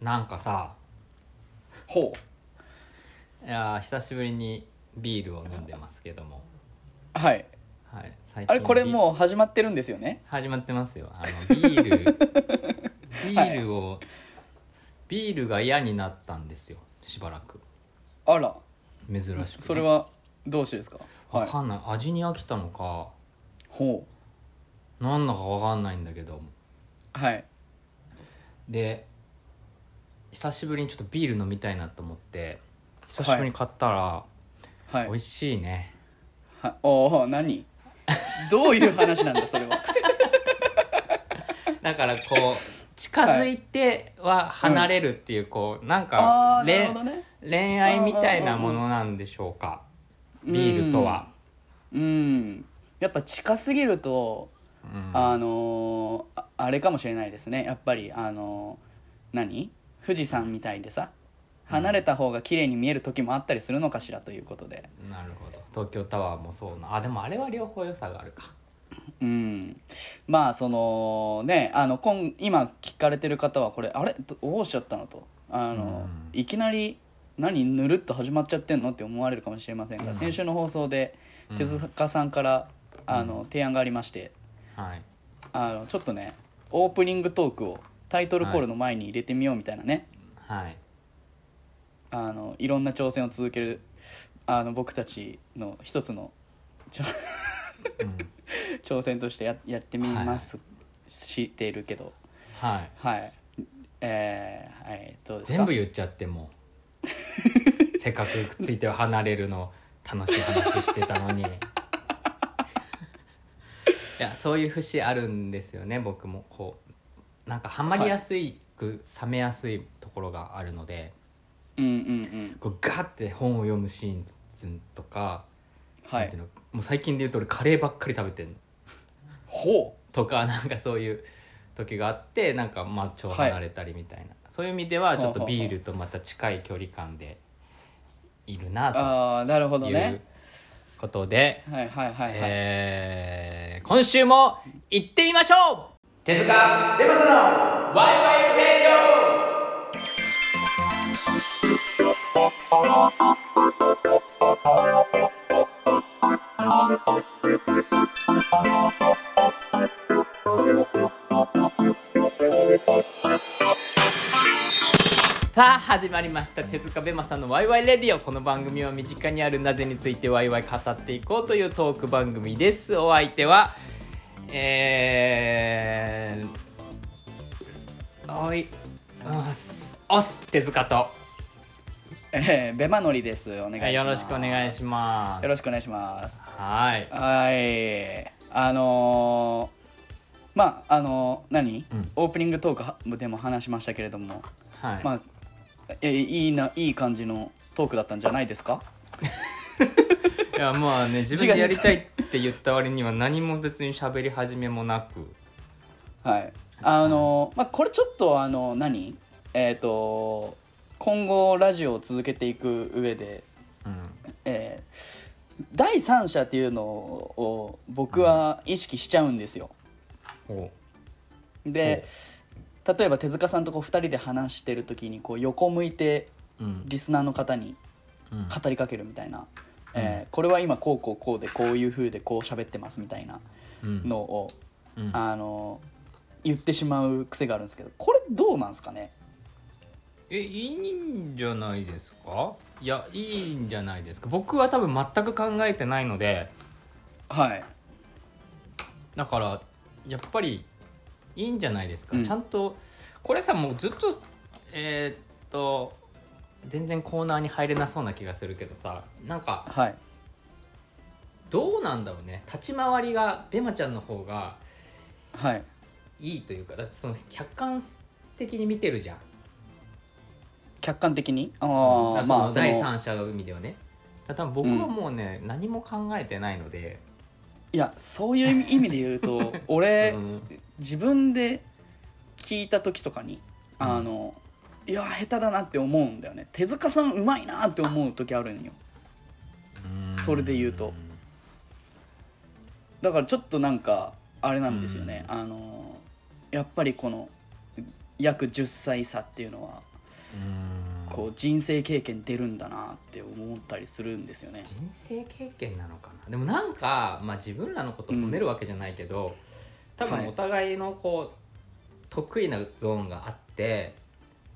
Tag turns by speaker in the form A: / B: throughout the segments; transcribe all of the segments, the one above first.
A: なんかさ
B: ほう
A: いやー久しぶりにビールを飲んでますけども、
B: はい
A: はい、最
B: あれこれ
A: う
B: もう始まってるんですよね
A: 始まってますよあのビ ールビールを、ビールが嫌になったんですよしばらく
B: あら
A: 珍しくね、
B: それはどうしてですかは
A: わ
B: い
A: かんない、味に飽きたのか
B: ほ
A: なんだかわかんないんだけども
B: うはい
A: で久しぶりにちょっとビール飲みたいなと思って久しぶりに買ったら、
B: はい
A: 美味しいね
B: はおお何どういう話なんだそれは
A: だからこう近づいては離れるっていうこうなん
B: あ
A: か
B: あーな
A: れ
B: る
A: ん
B: ほどね
A: 恋愛みたいなものなんでしょうかビールとは
B: うんうんやっぱ近すぎると
A: うん
B: あのーああれかもしれないですねやっぱりあのー何富士山みたいでさ離れた方が綺麗に見える時もあったりするのかしらということで
A: なるほど東京タワーもそうなあでもあれは両方良さがあるか
B: うん、まあそのねあの今今聞かれてる方はこれあれどどうしちゃったのとあの、
A: うん
B: いきなり何ぬるっと始まっちゃってんのって思われるかもしれません
A: う
B: が、
A: ん
B: 先週の放送で
A: うん
B: 手塚さんから、あの提案がありまして
A: はい
B: あのちょっとねオープニングトークをタイトルコールの前に入れてみようみたいなね、
A: はい
B: い、あのいろんな挑戦を続けるあの僕たちの一つのちょ
A: うん
B: 挑戦としてややってみます、しているけど。
A: はい
B: はい。えー、はい、どうですか
A: 全部言っちゃっても うせっかくくっついては離れるの楽しい話してた のにいやそういう節あるんですよね僕もこうなんかハマりやすいく、冷めやすいところがあるので
B: うんうんうん。
A: こうガーって本を読むシーンとか、
B: は
A: なんて
B: い。
A: いうのもう最近で言うと俺カレーばっかり食べてるの
B: ほ
A: とかなんかそういう時があってなんかまあ超離れたりみたいな、そういう意味ではちょっとビールとまた近い距離感でいる
B: う。
A: な
B: ああ、なるほ
A: と
B: ど
A: いう
B: ね。
A: ことで、
B: はいはいはいはい。
A: えー今週も行ってみましょう手塚レバサのワイワイレディオさあ始まりました手塚ベマさんのワイワイレディオこの番組は身近にあるなぜについてワイワイ語っていこうというトーク番組ですお相手はえー、おいおすおす手塚と
B: えー、ベマノリです。お願いします。
A: よろしくお願いします
B: よろしくお願いします。
A: はい
B: はい。あのー、まあ、あのー、何、
A: うん
B: オープニングトークはでも話しましたけれども、
A: はい、
B: まあ、えいいな、いい感じのトークだったんじゃないですか
A: いやまあ ね自分でやりたいって言った割には何も別に喋り始めもなく
B: はい、あの、まあ、これちょっとあの何えっ、と今後ラジオを続けていく上で、
A: うん
B: えー第三者っていうのを僕は意識しちゃうんですよ。
A: お
B: で例えば手塚さんとこう2人で話してる時にこう横向いて
A: うん
B: リスナーの方に
A: うん
B: 語りかけるみたいな、えーこれは今こうこうこうでこういう風でこう喋ってますみたいな
A: うん
B: のを、
A: うん
B: あの言ってしまう癖があるんですけどこれどうなんですかね
A: えいいんじゃないですかいやいいんじゃないですか僕は多分全く考えてないので
B: はい
A: だからやっぱりいいんじゃないですか、
B: うん
A: ちゃんとこれさもうずっとえーっと全然コーナーに入れなそうな気がするけどさなんか
B: はい
A: どうなんだろうね立ち回りがベマちゃんの方が
B: はい
A: いいというかだってその客観的に見てるじゃん
B: 客観的にあ
A: だから
B: あ
A: その
B: まあその
A: 第三者の海ではねだから多分僕はもうね、何も考えてないので、
B: いやそういう 意味意味で言うと俺、
A: うん
B: 自分で聞いた時とかに
A: うん
B: あの、いや下手だなって思うんだよね手塚さんうまいなって思う時あるんよそれで言うとだからちょっとなんかあれなんですよね、あのやっぱりこの約10歳差っていうのは
A: うん
B: こう人生経験出るんだなって思ったりするんですよね。
A: 人生経験なのかなでもなんか、まあ、自分らのことを褒めるわけじゃないけど、多
B: はい
A: 分お互いのこう得意なゾーンがあって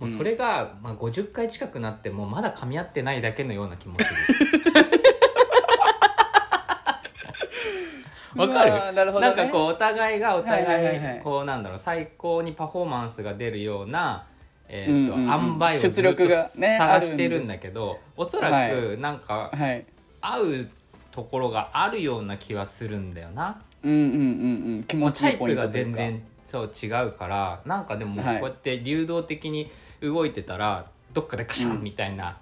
A: もうそれが、まあ、50回近くなってもまだ噛み合ってないだけのような気もする わかる、
B: うわーなるほど
A: な
B: ね
A: んかこうお互いがお
B: はいはいはいは
A: 互
B: い
A: いこうなんだろう最高にパフォーマンスが出るようなえーと
B: うんうんうん
A: 塩梅をずっ
B: 出
A: と
B: 力がね
A: 探してるんだけどおそらくなんか
B: はい。
A: 合うところがあるような気はするんだよな
B: うんうんうんうん。気持ち
A: タ
B: いい
A: イ
B: ポイ
A: プ
B: ント
A: が
B: という
A: 全
B: か。
A: 然そう違うからなんかでもこう
B: はい
A: やって流動的に動いてたらどっかでカシャンみたいな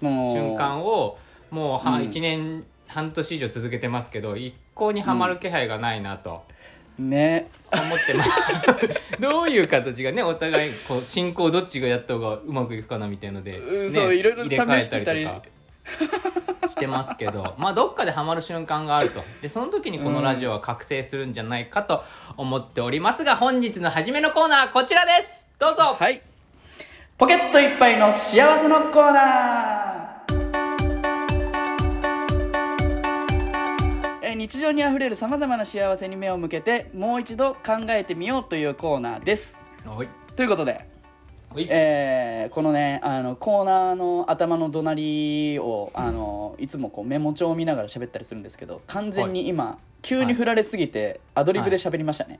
B: もう
A: 瞬間をもうは
B: うん
A: 1年半年以上続けてますけど一向にはまる気配がないなと
B: ね。
A: 思ってます どういう形がねお互いこう進行どっちがやった方がうまくいくかなみたいので
B: うん
A: ね
B: そういろいろ
A: 入れ替え
B: 試してたり
A: かしてますけどまあどっかでハマる瞬間があるとでその時にこのラジオは覚醒するんじゃないかと思っておりますが本日の初めのコーナーこちらですどうぞ
B: はい。ポケットいっぱいの幸せのコーナー。えー日常にあふれるさまざまな幸せに目を向けてもう一度考えてみようというコーナーです。
A: おい
B: ということで、
A: おい
B: えーこのねあのコーナーの頭の怒鳴りをあのいつもこうメモ帳を見ながら喋ったりするんですけど完全に今、急に振られすぎてアドリブで喋りましたね、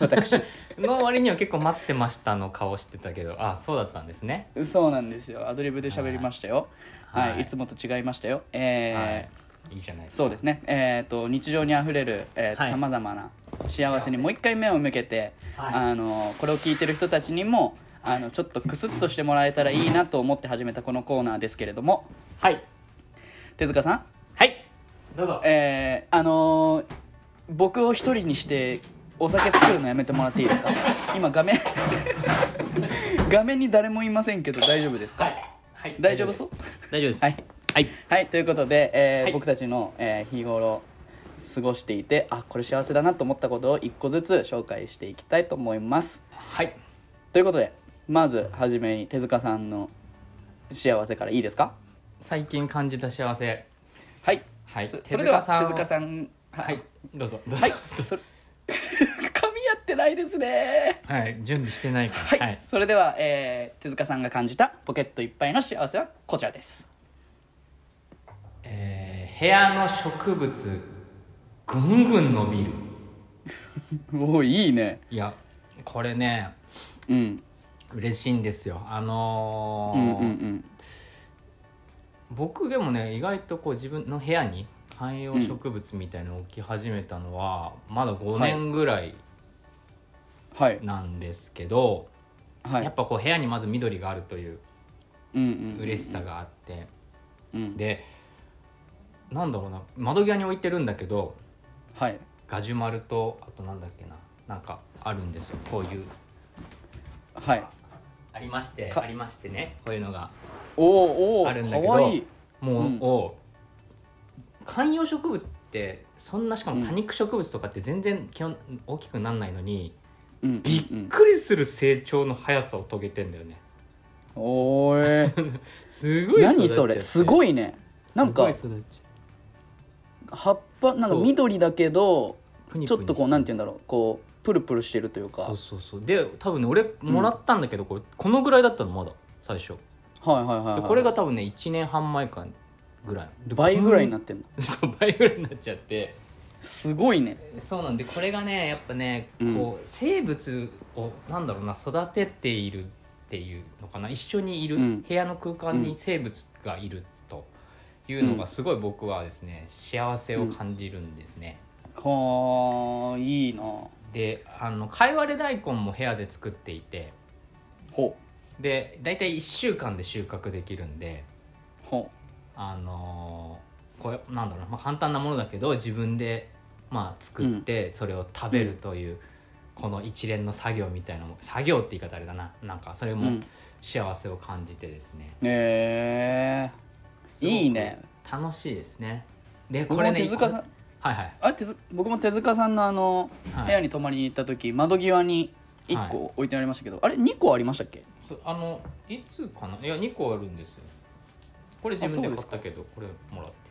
B: 私
A: の割には結構待ってましたの顔してたけどあそうだったんですね
B: そうなんですよアドリブで喋りましたよはい、
A: はい
B: い、つもと違いましたよえー
A: はいいいじゃないですか
B: そうですねえっ、と日常にあふれる
A: はい
B: さまざまな幸せにもう一回目を向けて、
A: はい
B: あのこれを聞いてる人たちにもあのちょっとクスッとしてもらえたらいいなと思って始めたこのコーナーですけれども
A: はい
B: 手塚さん
A: はいどうぞ
B: えー、あのー僕を一人にしてお酒作るのやめてもらってい いですか今画面 画面に誰もいませんけど大丈夫ですか
A: はい、はい、
B: 大丈夫そう
A: 大丈夫です
B: はい、
A: はい、
B: はいということで、えー
A: はい
B: 僕たちの、えー日頃過ごしていてあこれ幸せだなと思ったことを一個ずつ紹介していきたいと思います
A: はい
B: ということでまずはじめに手塚さんの幸せからいいですか
A: 最近感じた幸せ
B: はい、
A: はい
B: そそれでは手
A: 手
B: 塚
A: 塚
B: さんは
A: はいい、どうぞどうぞ
B: はい、それ 噛み合ってないですね
A: はい、準備してないから
B: はい、それでは、えー手塚さんが感じたポケットいっぱいの幸せはこちらです
A: えー部屋の植物ぐんぐん伸びる
B: おいいね
A: いやこれね
B: うん
A: 嬉しいんですよあの
B: う
A: ー
B: んうんうん
A: 僕でもね意外とこう自分の部屋に観葉植物みたいのを置き始めたのは、まだ5年ぐらい
B: はい
A: なんですけど、
B: はい
A: やっぱこう部屋にまず緑があるという
B: うんうん
A: 嬉しさがあって、
B: うん
A: でなんだろうな窓際に置いてるんだけど
B: はい
A: ガジュマルとあとなんだっけななんかあるんですよこういう
B: はい
A: ありまして
B: か
A: ありましてねこういうのが
B: おおお
A: あるんだ
B: ー
A: け
B: か
A: ど
B: わいい
A: もう、
B: うん
A: お観葉植物ってそんなしかも多肉植物とかって全然基本大きくなんないのに
B: うんうん
A: び
B: う
A: っ
B: ん
A: くりする成長の速さを遂げてんだよね
B: おー
A: すごい育っ
B: い
A: ちゃ
B: 何
A: って
B: それすごいねなんか
A: すごい育っちゃ
B: 葉っぱなんか
A: そう
B: 緑だけど
A: うプニ
B: ち
A: プ
B: ょ
A: ニ
B: っとこうなんて言うんだろうこうプルプルしてるというか
A: そうそうそうで多分ね俺もらったんだけど、これこのぐらいだったのまだ最初
B: はいはいはい、
A: で
B: はい、
A: これが多分ね1年半前かぐらい で
B: 倍ぐらいにな
A: っ
B: ってんだ
A: そう倍ぐらいになっちゃって
B: すごいね
A: そうなんでこれがねやっぱね、
B: うん
A: こう生物をなんだろうな育てているっていうのかな一緒にいる、
B: うん
A: 部屋の空間
B: う
A: に生物がいるというのがすごい僕はですね幸せを感じるんですね、
B: はあいいなほ
A: であのかいわれ大根も部屋で作っていて
B: う
A: で大体1週間で収穫できるんで
B: ほ
A: あのーこれなんだろうな、まあ、簡単なものだけど自分で、まあ、作ってそれを食べるという、この一連の作業みたいなのも作業って言い方あれだななんかそれ
B: う
A: も
B: うん
A: 幸せを感じてですね、
B: え
A: す
B: ー、
A: ごく
B: いいね
A: 楽しいですねで
B: 僕
A: これ
B: も
A: ね
B: 手塚さん
A: こはいはい
B: あ手塚僕も手塚さんのあの、
A: はい
B: 部屋に泊まりに行った時窓際に1個置いてありましたけど、あれ2個ありましたっけ
A: つあのいつかないや2個あるんですよこれ自分で
B: あ
A: 買
B: そうです
A: っ
B: か
A: たけどこれもらって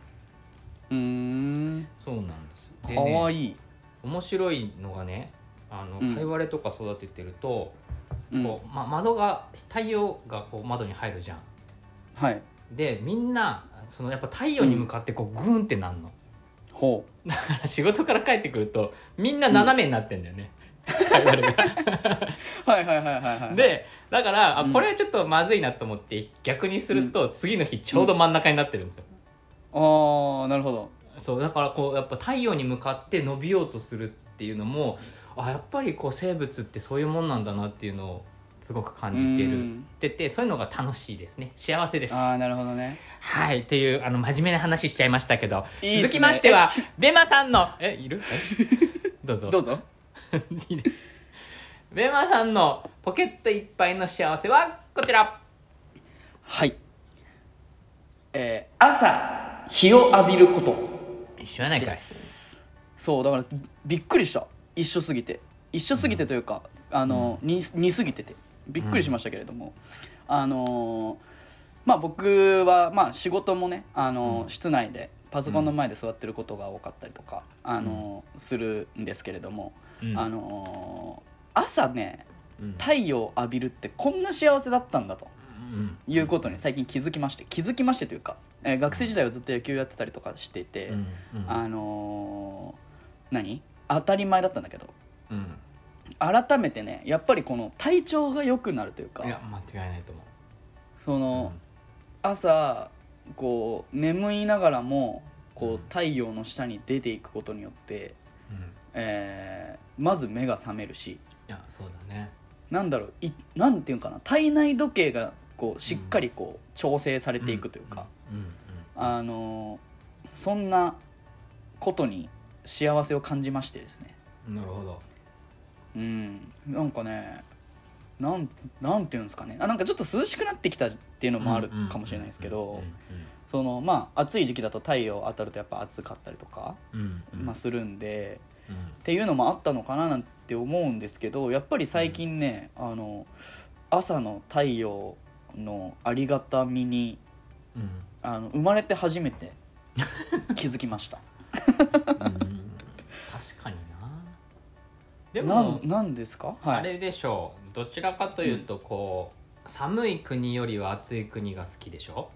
B: うーん
A: そうなんですでね
B: かわいい、
A: 面白いのがねあの
B: うん
A: カイワレとか育ててると、
B: うん、
A: こうま、窓が太陽がこう窓に入るじゃん
B: はい
A: でみんなそのやっぱ太陽に向かってこうグーンってなんの、
B: ほう
A: だから仕事から帰ってくるとみんな斜めになってんだよね、カイワレが
B: はいはいはいはいはい
A: でだからあ
B: うん
A: これはちょっとまずいなと思って逆にすると、次の日ちょうど真ん中になってるんですよ、
B: ああなるほど
A: そうだからこうやっぱ太陽に向かって伸びようとするっていうのもあやっぱりこう生物ってそういうもんなんだなっていうのをすごく感じて
B: う
A: る
B: ん
A: ててそういうのが楽しいですね幸せです
B: ああなるほどね
A: はいっていうあの真面目な話しちゃいましたけど
B: いいっすね
A: 続きましては
B: えち
A: ベマさんのえいる えどうぞ
B: どうぞ
A: いいね ベマさんのポケットいっぱいの幸せはこちら
B: はいえー朝日を浴びること
A: 一緒やないかい
B: そうだからびっくりした一緒すぎて一緒すぎてというか、あの、に似すぎててびっくりしましたけれども、あのーまあ僕はまあ仕事もねあのー、室内でパソコンの前で座ってることが多かったりとか、あのーするんですけれども、
A: うん
B: あのー朝ね
A: うん
B: 太陽を浴びるってこんな幸せだったんだと
A: うん
B: いうことに最近気づきまして気づきましてというか、えー学生時代はずっと野球やってたりとかしていて、
A: うんうん
B: あのー何当たり前だったんだけど
A: うん
B: 改めてねやっぱりこの体調が良くなるというか
A: いや間違いないと思う
B: その、朝こう眠いながらもこう太陽の下に出ていくことによって、
A: うんうん
B: えーまず目が覚めるし
A: いやそうだね
B: なんだろういなんていうんかな体内時計がこうしっかりこう調整されていくというか、
A: うんうん
B: あのーそんなことに幸せを感じましてですね
A: うんなるほど
B: うんなんかねなんなんていうんですかねあなんかちょっと涼しくなってきたっていうのもあるかもしれないですけどそのまあ暑い時期だと太陽当たるとやっぱ暑かったりとか、
A: うんうんうん
B: まあ、するんで
A: うん
B: っていうのもあったのかななんて思うんですけどやっぱり最近ね、あの朝の太陽のありがたみに
A: うん
B: あの生まれて初めて気づきました
A: うん確かにな で
B: な
A: も
B: んなんですか、はい、
A: あれでしょうどちらかというとこう寒い国よりは暑い国が好きでしょ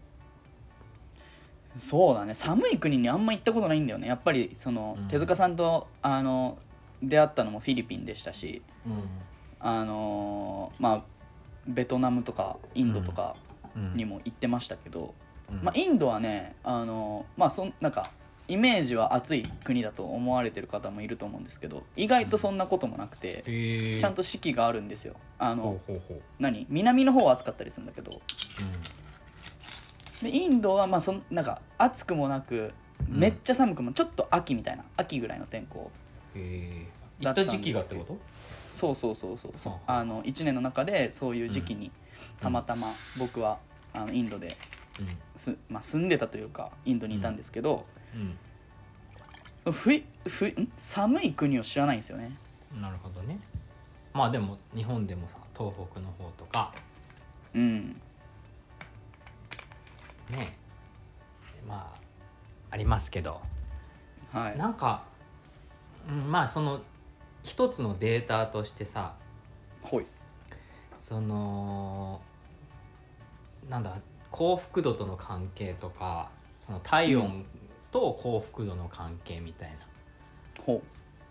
B: そうだね寒い国にあんま行ったことないんだよねやっぱりその、
A: うん
B: 手塚さんとあの出会ったのもフィリピンでしたし
A: うん
B: あのーまあベトナムとかインドとか
A: うん
B: にも行ってましたけど、
A: うん
B: まあ、インドはねあのーまあそんなんかイメージは暑い国だと思われてる方もいると思うんですけど意外とそんなこともなくて、
A: へえ
B: ちゃんと四季があるんですよあの
A: ほうほうほう
B: 何南の方は暑かったりするんだけど
A: う
B: でインドはまあそんなんか暑くもなく
A: うん
B: めっちゃ寒くも、ちょっと秋みたいな秋ぐらいの天候
A: んへえ行
B: だ
A: っ
B: ったん
A: た
B: です
A: 時
B: け
A: 期
B: ど
A: がってこと
B: そうそうそうそうそう
A: はあはあ
B: あの1年の中でそういう時期にたまたま僕はあのインドで住,、まあ、住んでたというかインドにいたんですけど、
A: うん
B: 冬冬ん寒い国を知らないんですよね
A: うんなるほどねまあでも日本でもさ東北の方とか
B: うん
A: ねまあありますけど
B: はい
A: なんか、うん、まあその一つのデータとしてさ
B: ほい
A: そのなんだ幸福度との関係とかその体温と幸福度の関係みたいな、
B: ほ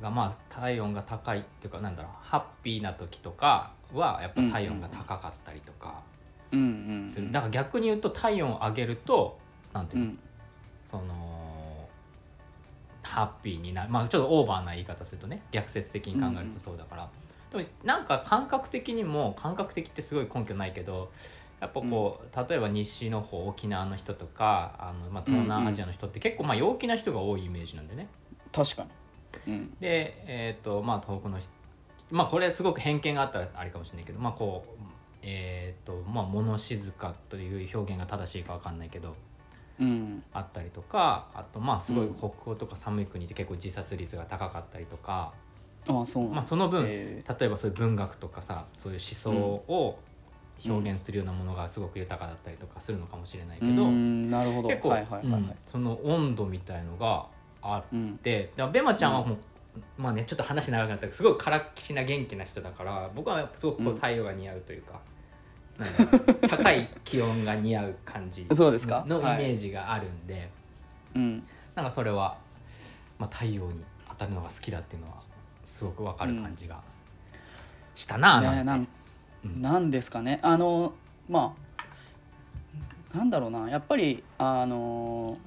A: がまあ体温が高いっていうかなんだろうハッピーな時とかはやっぱ体温が高かったりとか
B: ううん
A: す
B: う
A: る、
B: ん
A: だから逆に言うと体温を上げるとなんていううの、
B: ん
A: そのハッピーになるまあちょっとオーバーな言い方するとね逆説的に考えるとそうだから、でもなんか感覚的にも感覚的ってすごい根拠ないけどやっぱこう、例えば西の方沖縄の人とかあの、まあ、東南アジアの人って結構まあ陽気な人が多いイメージなんでね
B: 確かにうん
A: でえっ、とまあ東北の人まあこれすごく偏見があったらあれかもしれないけどまあこうえっ、とまあ物静かという表現が正しいかわかんないけど
B: うん
A: あったりとかあとまあすごい
B: うん
A: 北欧とか寒い国って結構自殺率が高かったりとか、
B: ああそうなんだ
A: まあ、その分、
B: え
A: 例えばそういう文学とかさそういう思想を表現するようなものがすごく豊かだったりとかするのかもしれないけ
B: ー
A: ど、
B: うーんなるほど
A: 結構、
B: はいはいはいはい
A: うんその温度みたいのがあっ
B: うん
A: てだからベマちゃんはもう、まあねちょっと話長くなったけどすごいからっきしな元気な人だから僕はすごくこう
B: うん
A: 太陽が似合うというか。なんだ ろう高い気温が似合う感じ
B: そうですか
A: のイメ
B: はい
A: ージがあるんで、
B: うん
A: なんかそれは、まあ、太陽に当たるのが好きだっていうのはすごくわかる感じがしたなあ、
B: ね
A: な
B: なんん
A: て、うん
B: なんですかねあのまあなんだろうなやっぱりあの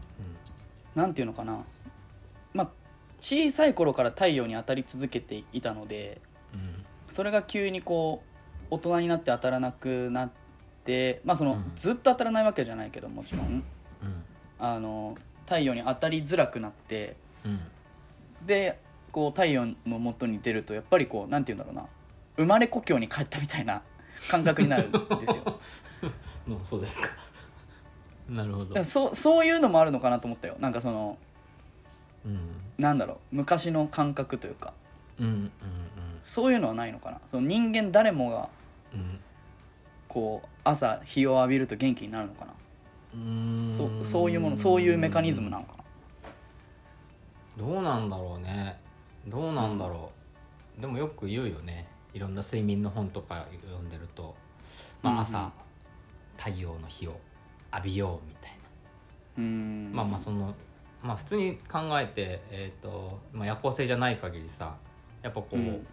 B: なんていうのかなまあ小さい頃から太陽に当たり続けていたので
A: うん
B: それが急にこう大人になって当たらなくなってまあその、
A: うん
B: ずっと当たらないわけじゃないけどもちろん
A: うん
B: あの太陽に当たりづらくなって
A: うん
B: でこう太陽の元に出るとやっぱりこうなんて言うんだろうな生まれ故郷に帰ったみたいな 感覚になる んですよだか
A: うんもうそうですかなるほど
B: ら、そうそういうのもあるのかなと思ったよなんかその
A: うん、
B: なんだろう昔の感覚というか
A: うんうんうん
B: そういうのはないのかなその人間誰もが
A: うん
B: こう朝日を浴びると元気になるのかな
A: うーん
B: そうそういうものそういうメカニズムなのかな
A: どうなんだろうねどうなんだろう、でもよく言うよねいろんな睡眠の本とか読んでると、まあ、朝、
B: うんうん
A: 太陽の日を浴びようみたいな
B: うーん
A: まあまあそのまあ普通に考えて、えーとまあ、夜行性じゃない限りさやっぱこう、
B: うん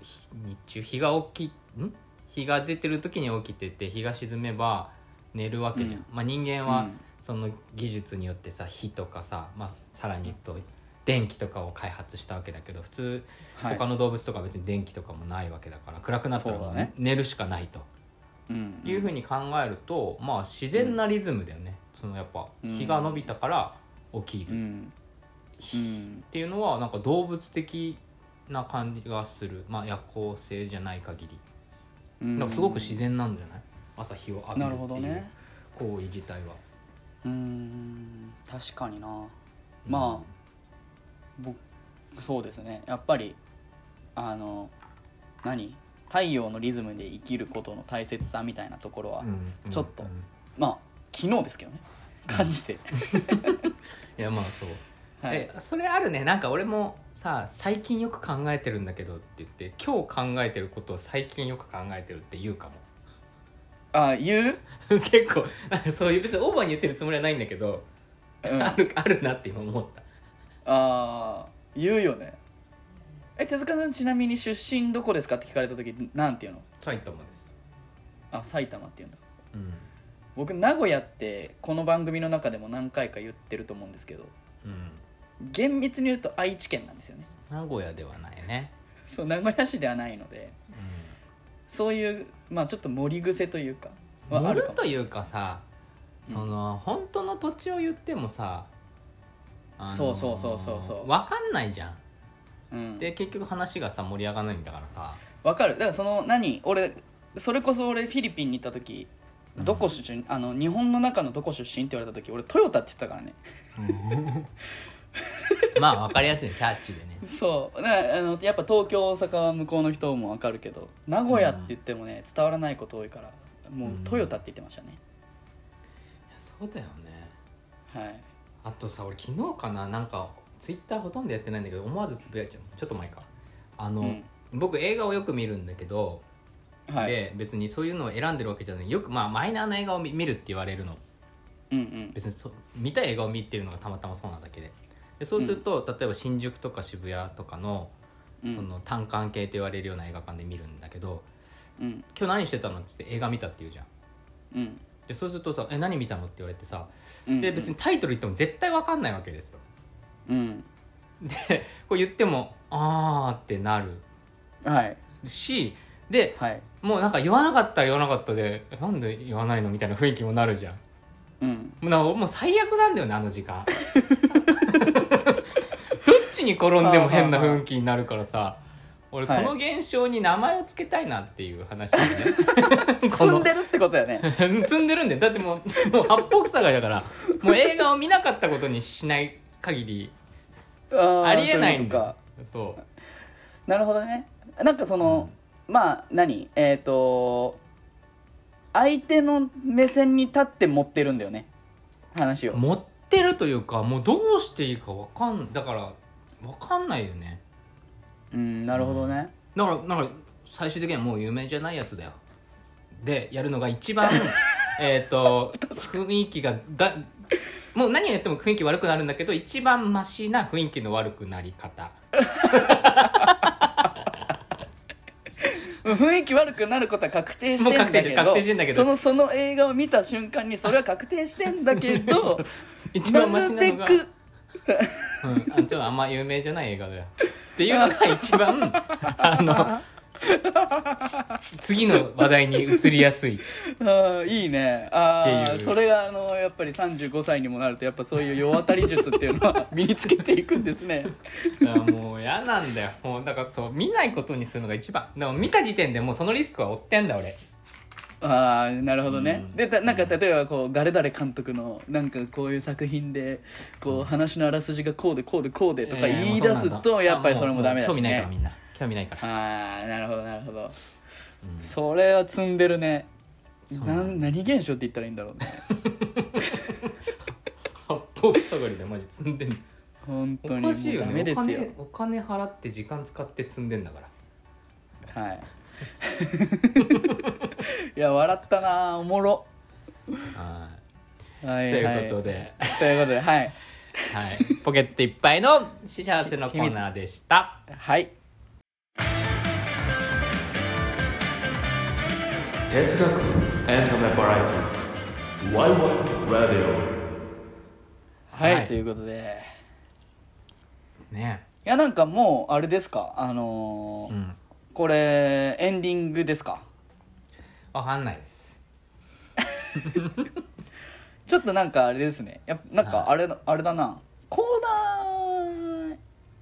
A: ひ日中日が起きん日が出てる時に起きてて日が沈めば寝るわけじゃん、
B: うん
A: まあ、人間
B: う
A: は
B: ん
A: その技術によってさ火とかさ、まあ、さらに言うと電気とかを開発したわけだけど普通
B: はい
A: 他の動物とかは別に電気とかもないわけだから、暗くなったら
B: そう
A: も
B: だ
A: う
B: ね
A: 寝るしかないと。
B: うん
A: いうふうに考えると、まあ自然なリズムだよね、そのやっぱ日が伸びたから起きる
B: う
A: っ
B: んうん
A: ていうのはなんか動物的な感じがするまあ夜行性じゃない限り
B: うん
A: なんかすごく自然なんじゃない朝日を浴び
B: な
A: る
B: るほ
A: っ
B: ど
A: ていう
B: ね
A: 行為自体は、
B: うーん確かにな
A: うん
B: ま僕そうですねやっぱりあの何太陽のリズムで生きることの大切さみたいなところは、
A: うんうん
B: ちょっと
A: うん
B: まあ昨日ですけどね感じて、
A: いやまあそう、
B: はい、
A: えそれあるねなんか俺もさ最近よく考えてるんだけどって言って今日考えてることを最近よく考えてるって言うかも
B: あ言う、
A: 結構なんかそういう別にオーバーに言ってるつもりはないんだけど
B: うん、
A: あ
B: あ
A: るあるなって今思った
B: あー言うよねえ手塚さんちなみに出身どこですかって聞かれた時なんて言うの
A: 埼玉です、
B: あ埼玉って言うんだ
A: うん
B: 僕名古屋ってこの番組の中でも何回か言ってると思うんですけど
A: うん、
B: 厳密に言うと愛知県なんですよね
A: 名古屋ではないね、
B: そう名古屋市ではないのでそういうまあちょっと盛り癖というか
A: う
B: はあ
A: 盛
B: る
A: る
B: かも
A: というかさ
B: うん
A: その、本当の土地を言ってもさあの
B: そうそうそうそうそ
A: 分
B: う
A: かんないじゃん
B: うん、
A: で結局話がさ盛り上がらないんだからさ
B: わかるだからその何俺それこそ俺フィリピンに行った時
A: うん
B: どこ出身、あの日本の中のどこ出身って言われた時俺トヨタって言ってたからね
A: まあ分かりやすいねキャッチでね
B: そうだからあのやっぱ東京大阪は向こうの人もわかるけど名古屋って言ってもね、伝わらないこと多いからもううんトヨタって言ってましたね、
A: いやそうだよね
B: はい
A: あとさ俺昨日かななんかツイッターほとんどやってないんだけど思わずつぶやいちゃうちょっと前かあの、
B: うん
A: 僕映画をよく見るんだけど
B: はい
A: で別にそういうのを選んでるわけじゃないよくまあマイナーな映画を見見るって言われるの
B: うんうん
A: 別にそう見たい映画を見てるのがたまたまそうなだけででそうすると、例えば新宿とか渋谷とかの
B: うん
A: その単館系と言われるような映画館で見るんだけど
B: うん
A: 「今日何してたの?」って映画見たって言うじゃん
B: うん
A: でそうするとさ「え何見たの?」って言われてさ
B: うん
A: で別にタイトル言っても絶対わかんないわけですよ
B: うん
A: でこう言っても「あー」ってなる
B: はい
A: しで
B: はい
A: もうなんか言わなかったら言わなかったでえなんで言わないのみたいな雰囲気もなるじゃん
B: うん
A: もうなもう最悪なんだよねあの時間 どっちに転んでも変な雰囲気になるからさ俺こ
B: はい
A: の現象に名前を付けたいなっていう話だよねこ
B: 積ん
A: の
B: でるってことだよ ね
A: 積んでるんだよだってもうもう八方塞がりだからもう映画を見なかったことにしない限り
B: あー
A: ありえないん
B: そういうことか
A: だそう
B: なるほどねなんかその、まあ何えっ、と相手の目線に立って持ってるんだよね話を
A: 持ってるというかもうどうしていいかわかんだからわかんないよね
B: うんなるほどね、
A: だからなんか最終的にはもう有名じゃないやつだよでやるのが一 番えっと雰囲気がだもう何をやっても雰囲気悪くなるんだけど一番マシな雰囲気の悪くなり方
B: 雰囲気悪くなることは確定してんだ
A: も
B: け
A: う確定して
B: ど
A: る確定してんだけど
B: そのその映画を見た瞬間にそれは確定してんだけ ど
A: 一
B: な
A: 番マシ
B: る
A: な
B: べ
A: のが、
B: く
A: うん、あちょっとあんま有名じゃない映画だよっていうのが一 番あの次の話題に移りやすい
B: あーいいね
A: っ
B: あ
A: て
B: あ
A: いう
B: それがあのやっぱり35歳にもなるとやっぱそういう世渡り術っていうのは 身につけていくんです ね
A: だからもう嫌なんだよもうだからそう見ないことにするのが一番でも見た時点でもうそのリスクは負ってんだ俺
B: ああなるほどね、
A: うん
B: でたなんか例えばこう誰々監督のなんかこういう作品でこう話のあらすじがこうでこうでこうでとか
A: えー
B: 言
A: もう
B: い
A: そん
B: 出
A: なんだ
B: すとやっぱりそれもダメだ
A: あうう興
B: し
A: 味ないからみ
B: ね
A: んな興味ないから
B: ああなるほどなるほど、
A: うん
B: それは積んでるね
A: そう
B: な
A: なんん
B: 何現象って言ったらいいんだろうね
A: 八方塞がりでマジ積んでんの
B: 本当に
A: おかしいよ
B: もうダメ
A: ね
B: で
A: お
B: すよ
A: 金お金払って時間使って積んでんだから
B: はい いや笑ったなおもろ
A: は
B: はいい
A: と
B: はいいう
A: ことで、
B: ということではい
A: はい、ポケットいっぱいの幸せのコーナーでした。
B: はい
C: 哲学エンタメバラエティワイワイラディ
B: はい、
A: はい
B: ということで
A: ね、
B: いやなんかもうあれですかあのー
A: うん、
B: これエンディングですか
A: わかんないです。
B: ちょっとなんかあれですねやっぱなんか
A: はい
B: あれ,、あれだなコーナー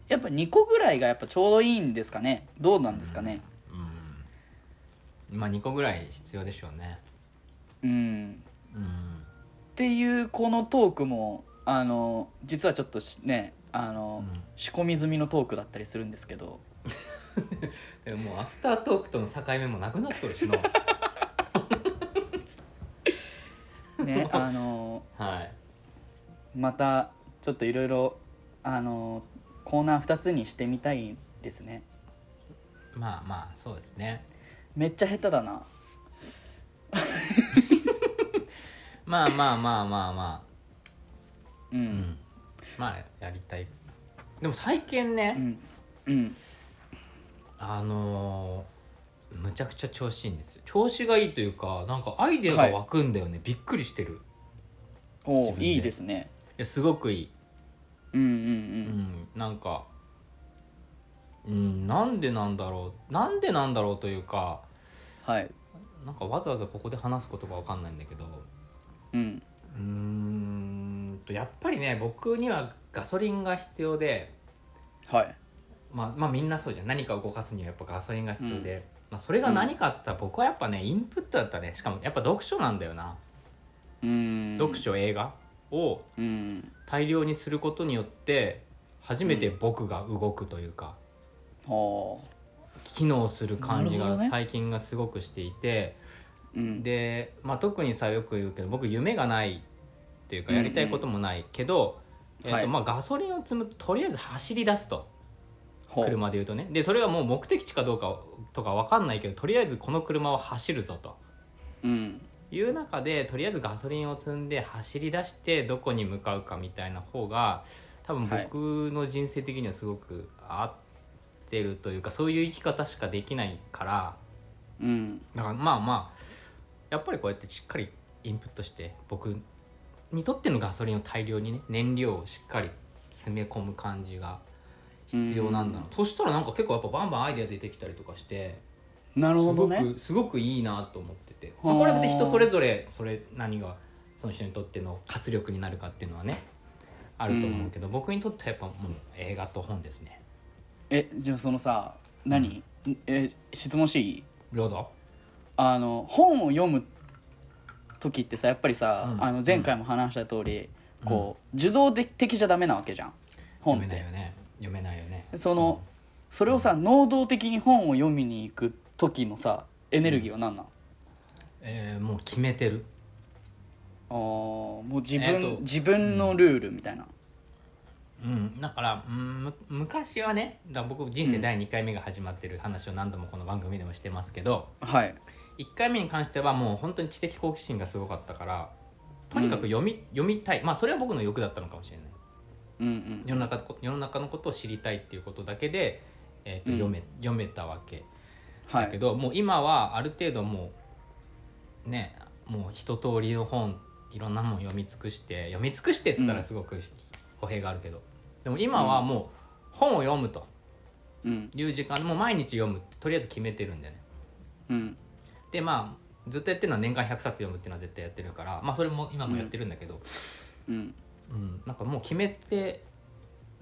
B: やっぱ2個ぐらいがやっぱちょうどいいんですかねどうなんですかね
A: うん、まあ二個ぐらい必要でしょうね。
B: うん
A: うん、
B: っていうこのトークもあの実はちょっとしねあの、
A: うん
B: 仕込み済みのトークだったりするんですけど
A: でももうアフタートークとの境目もなくなっとる しの。
B: ねあの
A: はい。
B: またちょっといろいろあのコーナー2つにしてみたいですね
A: まあまあそうですね。
B: めっちゃ下手だな
A: まあまあまあまあまあ、う
B: う
A: ん
B: ん、
A: まあやりたい。でも最近ね、
B: うんうん
A: あのーむちゃくちゃ調子いいんですよ。調子がいいというか、なんかアイデアが湧くんだよね。びっくりしてる。
B: お
A: 自
B: う
A: 分で
B: いいですね
A: いやすごくいい。
B: うんうん
A: うん、なんか、うん、なんでなんだろうなんでなんだろうというか
B: うんはい
A: なんかわざわざここで話すことが分かんないんだけど
B: うん
A: うーんとやっぱりね僕にはガソリンが必要で、
B: はい
A: まあ、まあみんなそうじゃん何かを動かすにはやっぱガソリンが必要で、まあ、それが何かっつったら僕はやっぱねインプットだったねしかもやっぱ読書なんだよな、
B: うん
A: 読書映画を
B: うん
A: 大量にすることによって初めて僕が動くというか、
B: ほ
A: 機能する感じ
B: なるほ
A: が
B: どね
A: 最近がすごくしていて、
B: ううん
A: で、まあ、特にさよく言うけど僕夢がないっていうか
B: うんう
A: や
B: ん
A: りたいこともないけど、えー
B: は
A: と
B: い
A: まあ、ガソリンを積むととりあえず走り出すと
B: ほう
A: 車で言うとねでそれはもう目的地かどうかとか分かんないけどとりあえずこの車は走るぞと
B: うん
A: いう中でとりあえずガソリンを積んで走り出してどこに向かうかみたいな方が多分
B: はい
A: 僕の人生的にはすごく合ってるというか、そういう生き方しかできないから。
B: うん
A: だからまあまあやっぱりこうやってしっかりインプットして僕にとってのガソリンを大量にね燃料をしっかり詰め込む感じが必要なんだな、
B: う
A: そしたらなんか結構やっぱバンバンアイデア出てきたりとかして
B: なるほ
A: す
B: どね
A: ごくすごくいいなと思ってて、
B: は
A: ま
B: あ
A: あ、これは別に人それぞれそれ何がその人にとっての活力になるかっていうのはねあると思うけど、僕にとってはやっぱもう映画と本ですね。
B: えじゃあそのさ何、え質問していい
A: どうぞ
B: あの本を読む時ってさやっぱりさ、
A: うん
B: あの前回も話した通り、こう受動的じゃダメなわけじゃん本
A: 読
B: っ
A: めない
B: て
A: よね読めないよね
B: その、それをさ能動的に本を読みに行く時のさエネルギーは何なの、
A: えーもう決めてる
B: あーもう自分、
A: えーと
B: 自分のルールみたいな、
A: うん、だから、うん、む昔はねだから僕人生第2回目が始まってる話を何度もこの番組でもしてますけど、
B: はい
A: 1回目に関してはもう本当に知的好奇心がすごかったからとにかく読み,、読みたいまあそれは僕の欲だったのかもしれない
B: うんうん
A: 世の中のこ世の中のことを知りたいっていうことだけで、えーと
B: うん
A: 読め読めたわけ
B: は
A: だけ
B: い
A: ど、もう今はある程度もうねもう一通りの本いろんなもん読み尽くして読み尽くしてっつったらすごく語弊があるけど、でも今はもう本を読むと
B: うん
A: いう時間もう毎日読むってとりあえず決めてるんだよね
B: うん
A: でまあずっとやってるのは年間100冊読むっていうのは絶対やってるからまあそれも今もやってるんだけど、
B: うん
A: うん、なんかもう決めて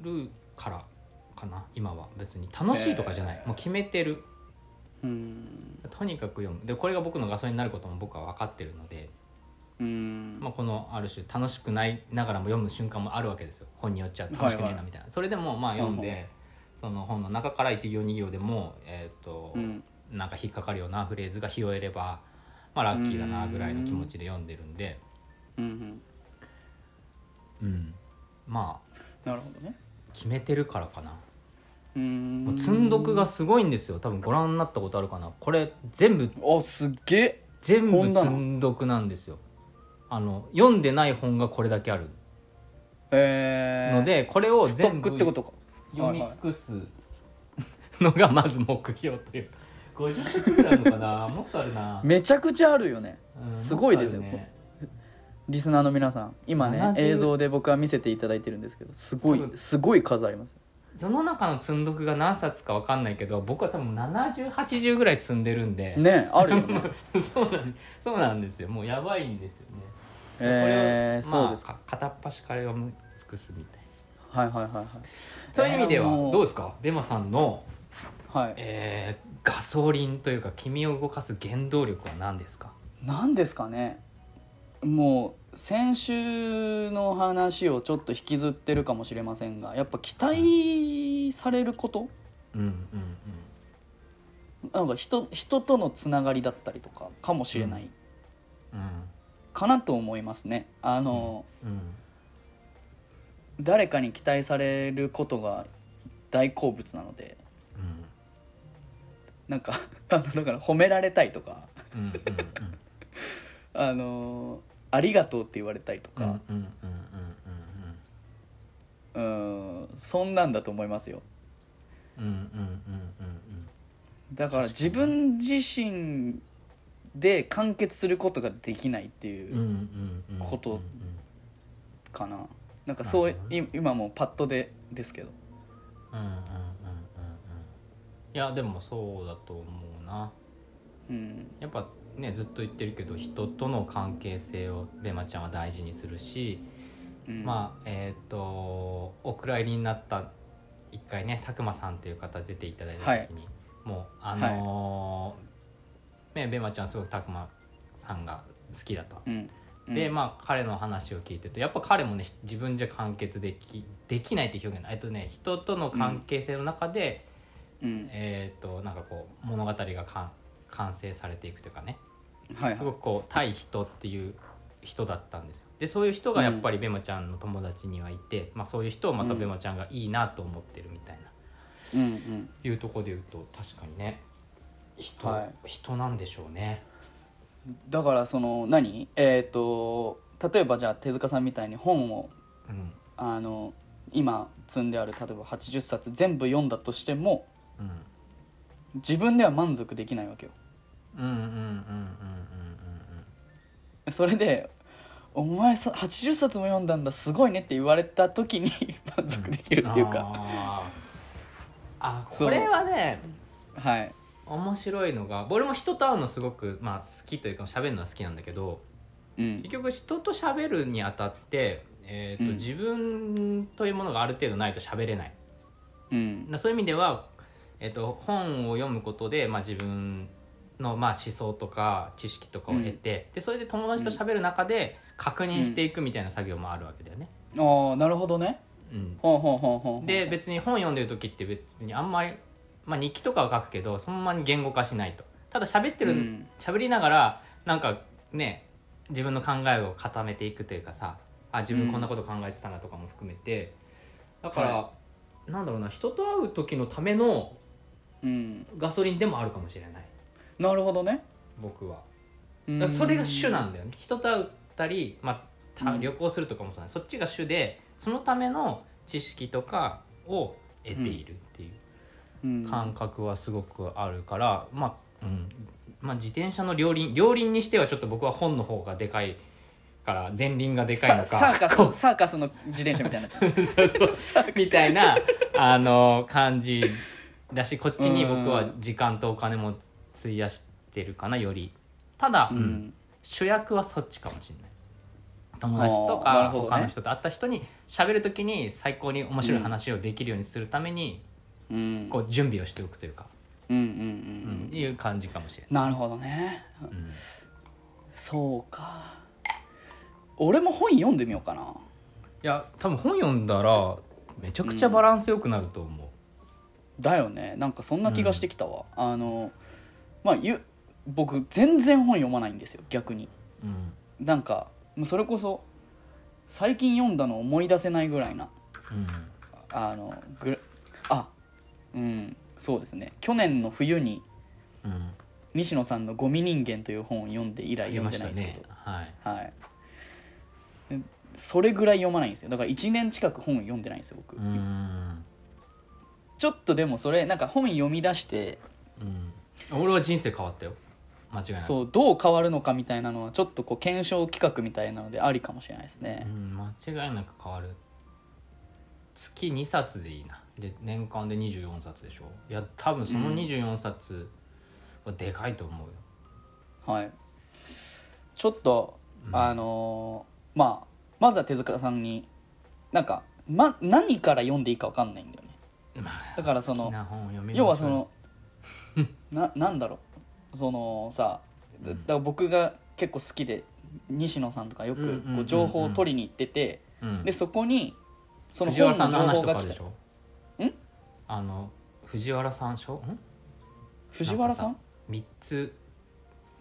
A: るからかな今は別に楽しいとかじゃない、もう決めてる
B: うん
A: とにかく読むでこれが僕のガソリンになることも僕は分かってるので、
B: うん
A: まあ、このある種楽しくないながらも読む瞬間もあるわけですよ本によっちゃ楽しくねえなみたいな、それでもまあ読んで、
B: うんう
A: その本の中から1行2行でも、えーと
B: うん
A: なんか引っかかるようなフレーズが拾えれば、まあ、ラッキーだなぐらいの気持ちで読んでるんで、
B: うんうん
A: うん、まあ
B: なるほどね
A: 決めてるからかな。
B: うん
A: もう積んどくがすごいんですよ多分ご覧になったことあるかなこれ全部
B: あすっげえ
A: 全部
B: 本棚
A: 積んどくなんですよあの読んでない本がこれだけある
B: えー
A: ので、これを
B: スト
A: 全
B: ッ
A: 部
B: クってことか
A: 読み尽くすのがまず目標というか50冊ぐらいあるのか なもっとあるな、
B: めちゃくちゃあるよね
A: うん
B: すごいですよ
A: もっとあるね
B: リスナーの皆さん今ね
A: 70
B: 映像で僕は見せていただいてるんですけどすごい
A: 多分
B: すごい数あります
A: 世の中の積んどくが何冊か分かんないけど僕は多分7080ぐらい積んでるんで、
B: ねあるよね
A: そうなんそうなんですよもうやばいんですよね
B: えー、
A: これをまあ
B: そうですか、
A: か片っ端から読み尽くすみたいな
B: はいはいはい
A: そういう意味では
B: あのー
A: どうですかベマさんの、
B: はいはい
A: えーガソリンというか君を動かす原動力は何ですか
B: 何ですかねもう先週の話をちょっと引きずってるかもしれませんがやっぱ期待されること
A: うんうん
B: なんか人人とのつながりだったりとかかもしれない、
A: うん
B: かなと思いますねあの、
A: うんうん
B: 誰かに期待されることが大好物なのでなんか あのだから褒められたいとか
A: うんうんうん
B: あのありがとうって言われたいと
A: うんうんうんうん
B: か、うーん、そんなんだと思いますよ
A: うんうんうんうんうん
B: だから自分自身で完結することができないってい
A: うんう
B: うん
A: うん
B: ことかな、なんかそうい
A: なるほ
B: 今もうパッとでですけど
A: うんうんうんうんうんうんいやでもそうだと思うな
B: うん
A: やっぱねずっと言ってるけど人との関係性をベマちゃんは大事にするし、
B: うん
A: まあえっ、とお蔵入りになった一回ね拓磨さんっていう方出ていただいた時に、もうあのーねベマちゃんすごく拓磨さんが好きだと。
B: うんうん
A: でまあ彼の話を聞いてるとやっぱ彼もね自分じゃ完結できできないって表現ないえっとね人との関係性の中で、
B: うん
A: えっ、となんかこう物語が完完成されていくというかね
B: はい
A: す
B: は
A: ご
B: い
A: くこう対人っていう人だったんですよでそういう人がやっぱりベマちゃんの友達にはいて、まあ、そういう人をまたベマちゃんがいいなと思ってるみたいな、
B: うんうん
A: いうところで言うと確かにね人、
B: はい
A: 人なんでしょうね
B: だからその何えっ、と例えばじゃあ手塚さんみたいに本を
A: うん
B: あの今積んである例えば80冊全部読んだとしても
A: うん
B: 自分では満足できないわけよ
A: うんうんうんうんうん
B: それで「お前さ80冊も読んだんだすごいね」って言われた時に 満足できる
A: うん
B: っていうか、
A: あーあ
B: そう
A: これはね
B: はい
A: 面白いのが俺も人と会うのすごく、まあ、好きというか喋るのは好きなんだけど、
B: うん
A: 結局人と喋るにあたって、えーと
B: うん
A: 自分というものがある程度ないと喋れない
B: うん
A: なそういう意味では、えー、と本を読むことで、まあ、自分の、まあ、思想とか知識とかを得て、でそれで友達と喋る中で確認していくみたいな作業もあるわけだよね。
B: ああなるほどね
A: うん
B: ほんほんほんほん
A: で別に本読んでる時って別にあんまりまあ、日記とかは書くけどそのままに言語化しないとただ喋って
B: う
A: る
B: ん
A: 喋、りながらなんかね自分の考えを固めていくというかさあ自分こんなこと考えてたなとかも含めて、だから、
B: は
A: なんだろうな人と会う時のための
B: うん、
A: ガソリンでもあるかもしれない
B: なるほどね
A: 僕は
B: うん
A: だからそれが主なんだよね人と会ったり、まあ、た
B: うん
A: 旅行するとかもそうだねそっちが主でそのための知識とかを得ているっていう
B: うん
A: 感覚はすごくあるから、まあ、うんまあ、自転車の両輪両輪にしてはちょっと僕は本の方がでかいから前輪がでかいの
B: さ
A: か
B: サーカ
A: こう
B: スサーカスの自転車みたいな
A: そうそう みたいなあの感じだしこっちに僕は時間とお金も費やしてるかなよりただ、
B: う
A: うん
B: ん
A: 主役はそっちかもしれない友達と
B: あーなる
A: か
B: ほどね
A: 他の人と会った人に喋る時に最高に面白い話をできるようにするために
B: うん
A: こう準備をしておくというか、
B: うんうんうん
A: う
B: うんん
A: いう感じかもしれない。
B: なるほどね
A: うん
B: そうか俺も本読んでみようかない
A: や多分本読んだらめちゃくちゃバランスよくなると思
B: だよねなんかそんな気がしてきたわ、あのまあゆ僕全然本読まないんですよ逆に
A: う、うん
B: なんかもうそれこそ最近読んだの思い出せないぐらいなあのぐらあうんそうですね去年の冬に
A: うんうん、
B: 西野さんの「ゴミ人間」という本を読んで以来
A: 言い
B: 読ん
A: ま
B: で
A: し
B: な
A: た
B: いんですけど
A: ね、はい、
B: はいでそれぐらい読まないんですよだから1年近く本読んでないんですよ僕、
A: うん、
B: ちょっとでもそれなんか本読み出して
A: うん、俺は人生変わったよ間違いない
B: そうどう変わるのかみたいなのはちょっとこう検証企画みたいなのでありかもしれないですね、
A: ん、間違いなく変わる月2冊でいいなで年間で24冊でしょいや多分その24冊はでかいと思うよ、
B: はいちょっと、
A: うん
B: あのーまあまずは手塚さんになんか、ま、何から読んでいいか分かんないんだよね
A: まあ
B: だからその
A: 好きな本を読みましょう
B: 要はその ななんだろうそのさだだから僕が結構好きで西野さんとかよ
A: うんうん
B: く
A: うん
B: こ
A: う
B: うん情報を取りに行ってて
A: うん、
B: でそこにその
A: 藤原
B: 本
A: さんの
B: の
A: 話
B: 情報
A: と
B: が
A: か
B: 来
A: で
B: た
A: しょ
B: ん
A: あの藤原さんしょん
B: 藤原さ
A: なんか3つ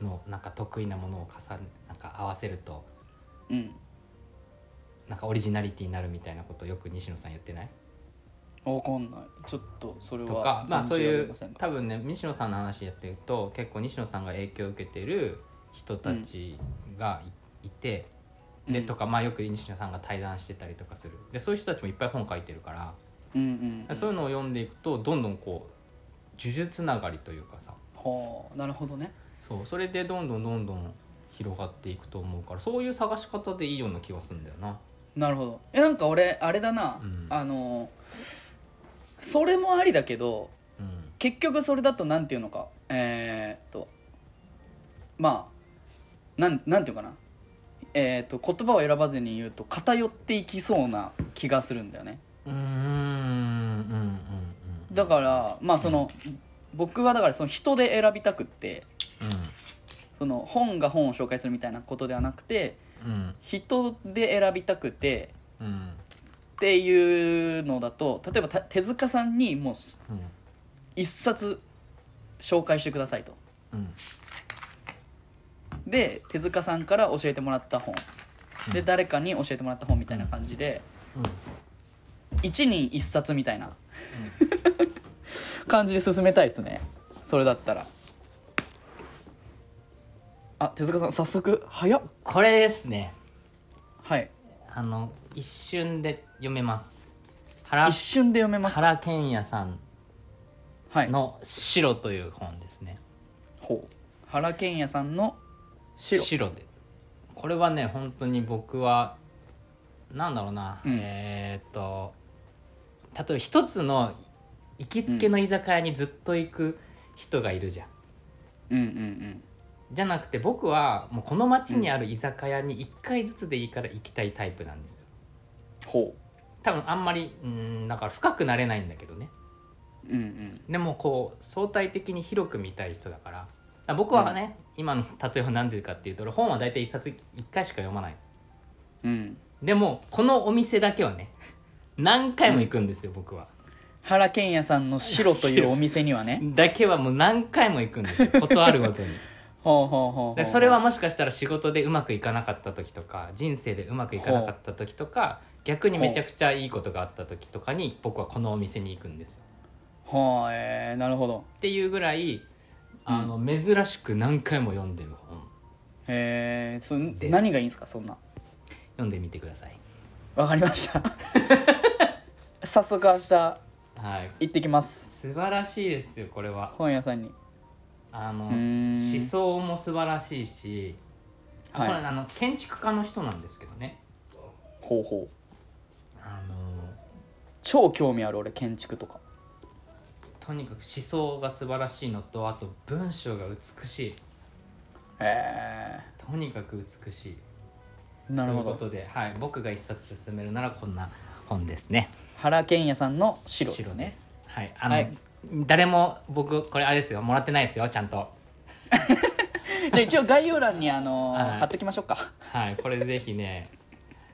A: のなんか得意なものを重ねなんか合わせると
B: うん
A: なんかオリジナリティになるみたいなことよく西野さん言ってない
B: わかんないちょっとそれは
A: とかまあ
B: 存
A: そう
B: じ上
A: い
B: げ
A: う
B: ませんが
A: 多分ね西野さんの話やってると結構西野さんが影響を受けてる人たちがい,、てで
B: うん
A: とかまあよく西野さんが対談してたりとかするでそういう人たちもいっぱい本書いてるから、
B: うんうんうん
A: そういうのを読んでいくとどんどんこう呪術つながりというかさ
B: はあなるほどね
A: そうそれでどんどんどんどん広がっていくと思うからそういう探し方でいいような気がするんだよな。
B: なるほどえなんか俺あれだな、
A: うん
B: あのそれもありだけど
A: うん
B: 結局それだとなんていうのかえーっとまあなんなんていうかなえーっと言葉を選ばずに言うと偏っていきそうな気がするんだよね
A: うーんうんうんうん
B: だからまあその、僕はだからその人で選びたくってその本が本を紹介するみたいなことではなくて
A: うんうん
B: 人で選びたくて
A: うん
B: っていうのだと例えばた手塚さんにもう
A: うん
B: 一冊紹介してくださいと
A: うん
B: で手塚さんから教えてもらった本で
A: うん
B: 誰かに教えてもらった本みたいな感じで
A: うん
B: 一人一冊みたいな 感じで進めたいですねそれだったらあ手塚さん早速早っ
A: これですね
B: はい
A: あの一瞬で読めます原
B: 一瞬で読めます
A: 原健也さん
B: はい
A: の「白」という本ですね
B: ほう原賢也さんの白
A: でこれはね本当に僕はなんだろうな、
B: うん
A: えーっと例えば一つの行きつけの居酒屋にずっと行く人がいるじゃん、
B: うんうん
A: じゃなくて僕はもうこの町にある居酒屋に1回ずつでいいから行きたいタイプなんですよ
B: うんほ
A: 多分あんまりうんだから深くなれないんだけどね
B: ううんうん
A: でもこう相対的に広く見たい人だからだから僕はね、今の例えば何でかっていうと俺本は大体一冊一回しか読まない
B: うん
A: でもこのお店だけはね何回も行くんですよ、僕は
B: 原健也さんの白というお店にはね
A: だけはもう何回も行くんですよことあるごと に
B: ほうほうほうほう
A: だからそれはもしかしたら仕事でうまくいかなかった時とか人生でうまくいかなかった時とか逆にめちゃくちゃいいことがあった時とかに僕はこのお店に行くんですよ
B: はい、えーなるほど
A: っていうぐらいあの、珍しく何回も読んでる本
B: へえそ
A: です
B: 何がいいんですかそんな
A: 読んでみてください
B: わかりました 早速明日行
A: はい
B: ってきます
A: 素晴らしいですよこれは
B: 本屋さんに
A: あの
B: うーん
A: 思想も素晴らしいし、あ
B: はい
A: これあの建築家の人なんですけどね
B: ほうほう
A: あの
B: 超興味ある俺建築とか
A: とにかく思想が素晴らしいのとあと文章が美しい
B: へ
A: とにかく美しい
B: えなる
A: とい
B: ほ
A: う
B: ど
A: ことで、はい、僕が一冊勧めるならこんな本ですね
B: 原健也さんの白ですね
A: ですはいあの、
B: はい
A: 誰も僕これあれですよもらってないですよちゃんと
B: じゃあ一応概要欄にあのー
A: はい
B: 貼っときましょうか
A: はいこれぜひね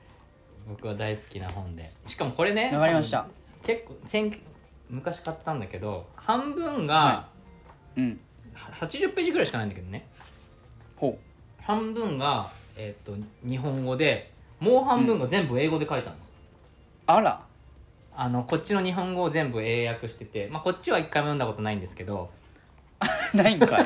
A: 僕は大好きな本でしかもこれね
B: わかりました
A: 結構先昔買ったんだけど半分が、
B: はうん
A: 80ページぐらいしかないんだけどね
B: ほ
A: 半分が、えー、と日本語でもう半分が全部英語で書いたんです、
B: うあら
A: あのこっちの日本語を全部英訳してて、まあ、こっちは一回も読んだことないんですけど
B: ない んかい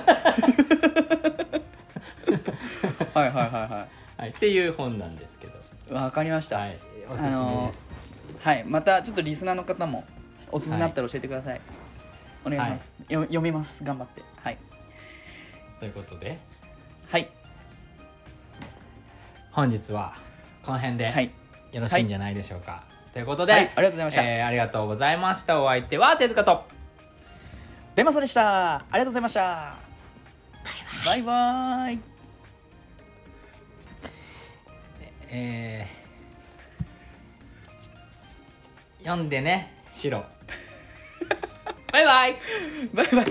B: はいはいは
A: はい、っていう本なんですけど、
B: いはいわかりました、
A: は
B: はい、
A: い、おすすめです、
B: またちょっとリスナーの方もおすすめあったら教えてください、お願いします、よ読みます頑張ってはい
A: ということで
B: はい
A: 本日はこの辺
B: は
A: で
B: い、
A: よろしいんじゃないでしょうか、ということで、
B: はいありがとうございました、
A: えーありがとうございましたお相手は手塚と
B: レマサでしたありがとうございましたバイバイイ
A: えー 読んでね白バイバイ
B: バイバイ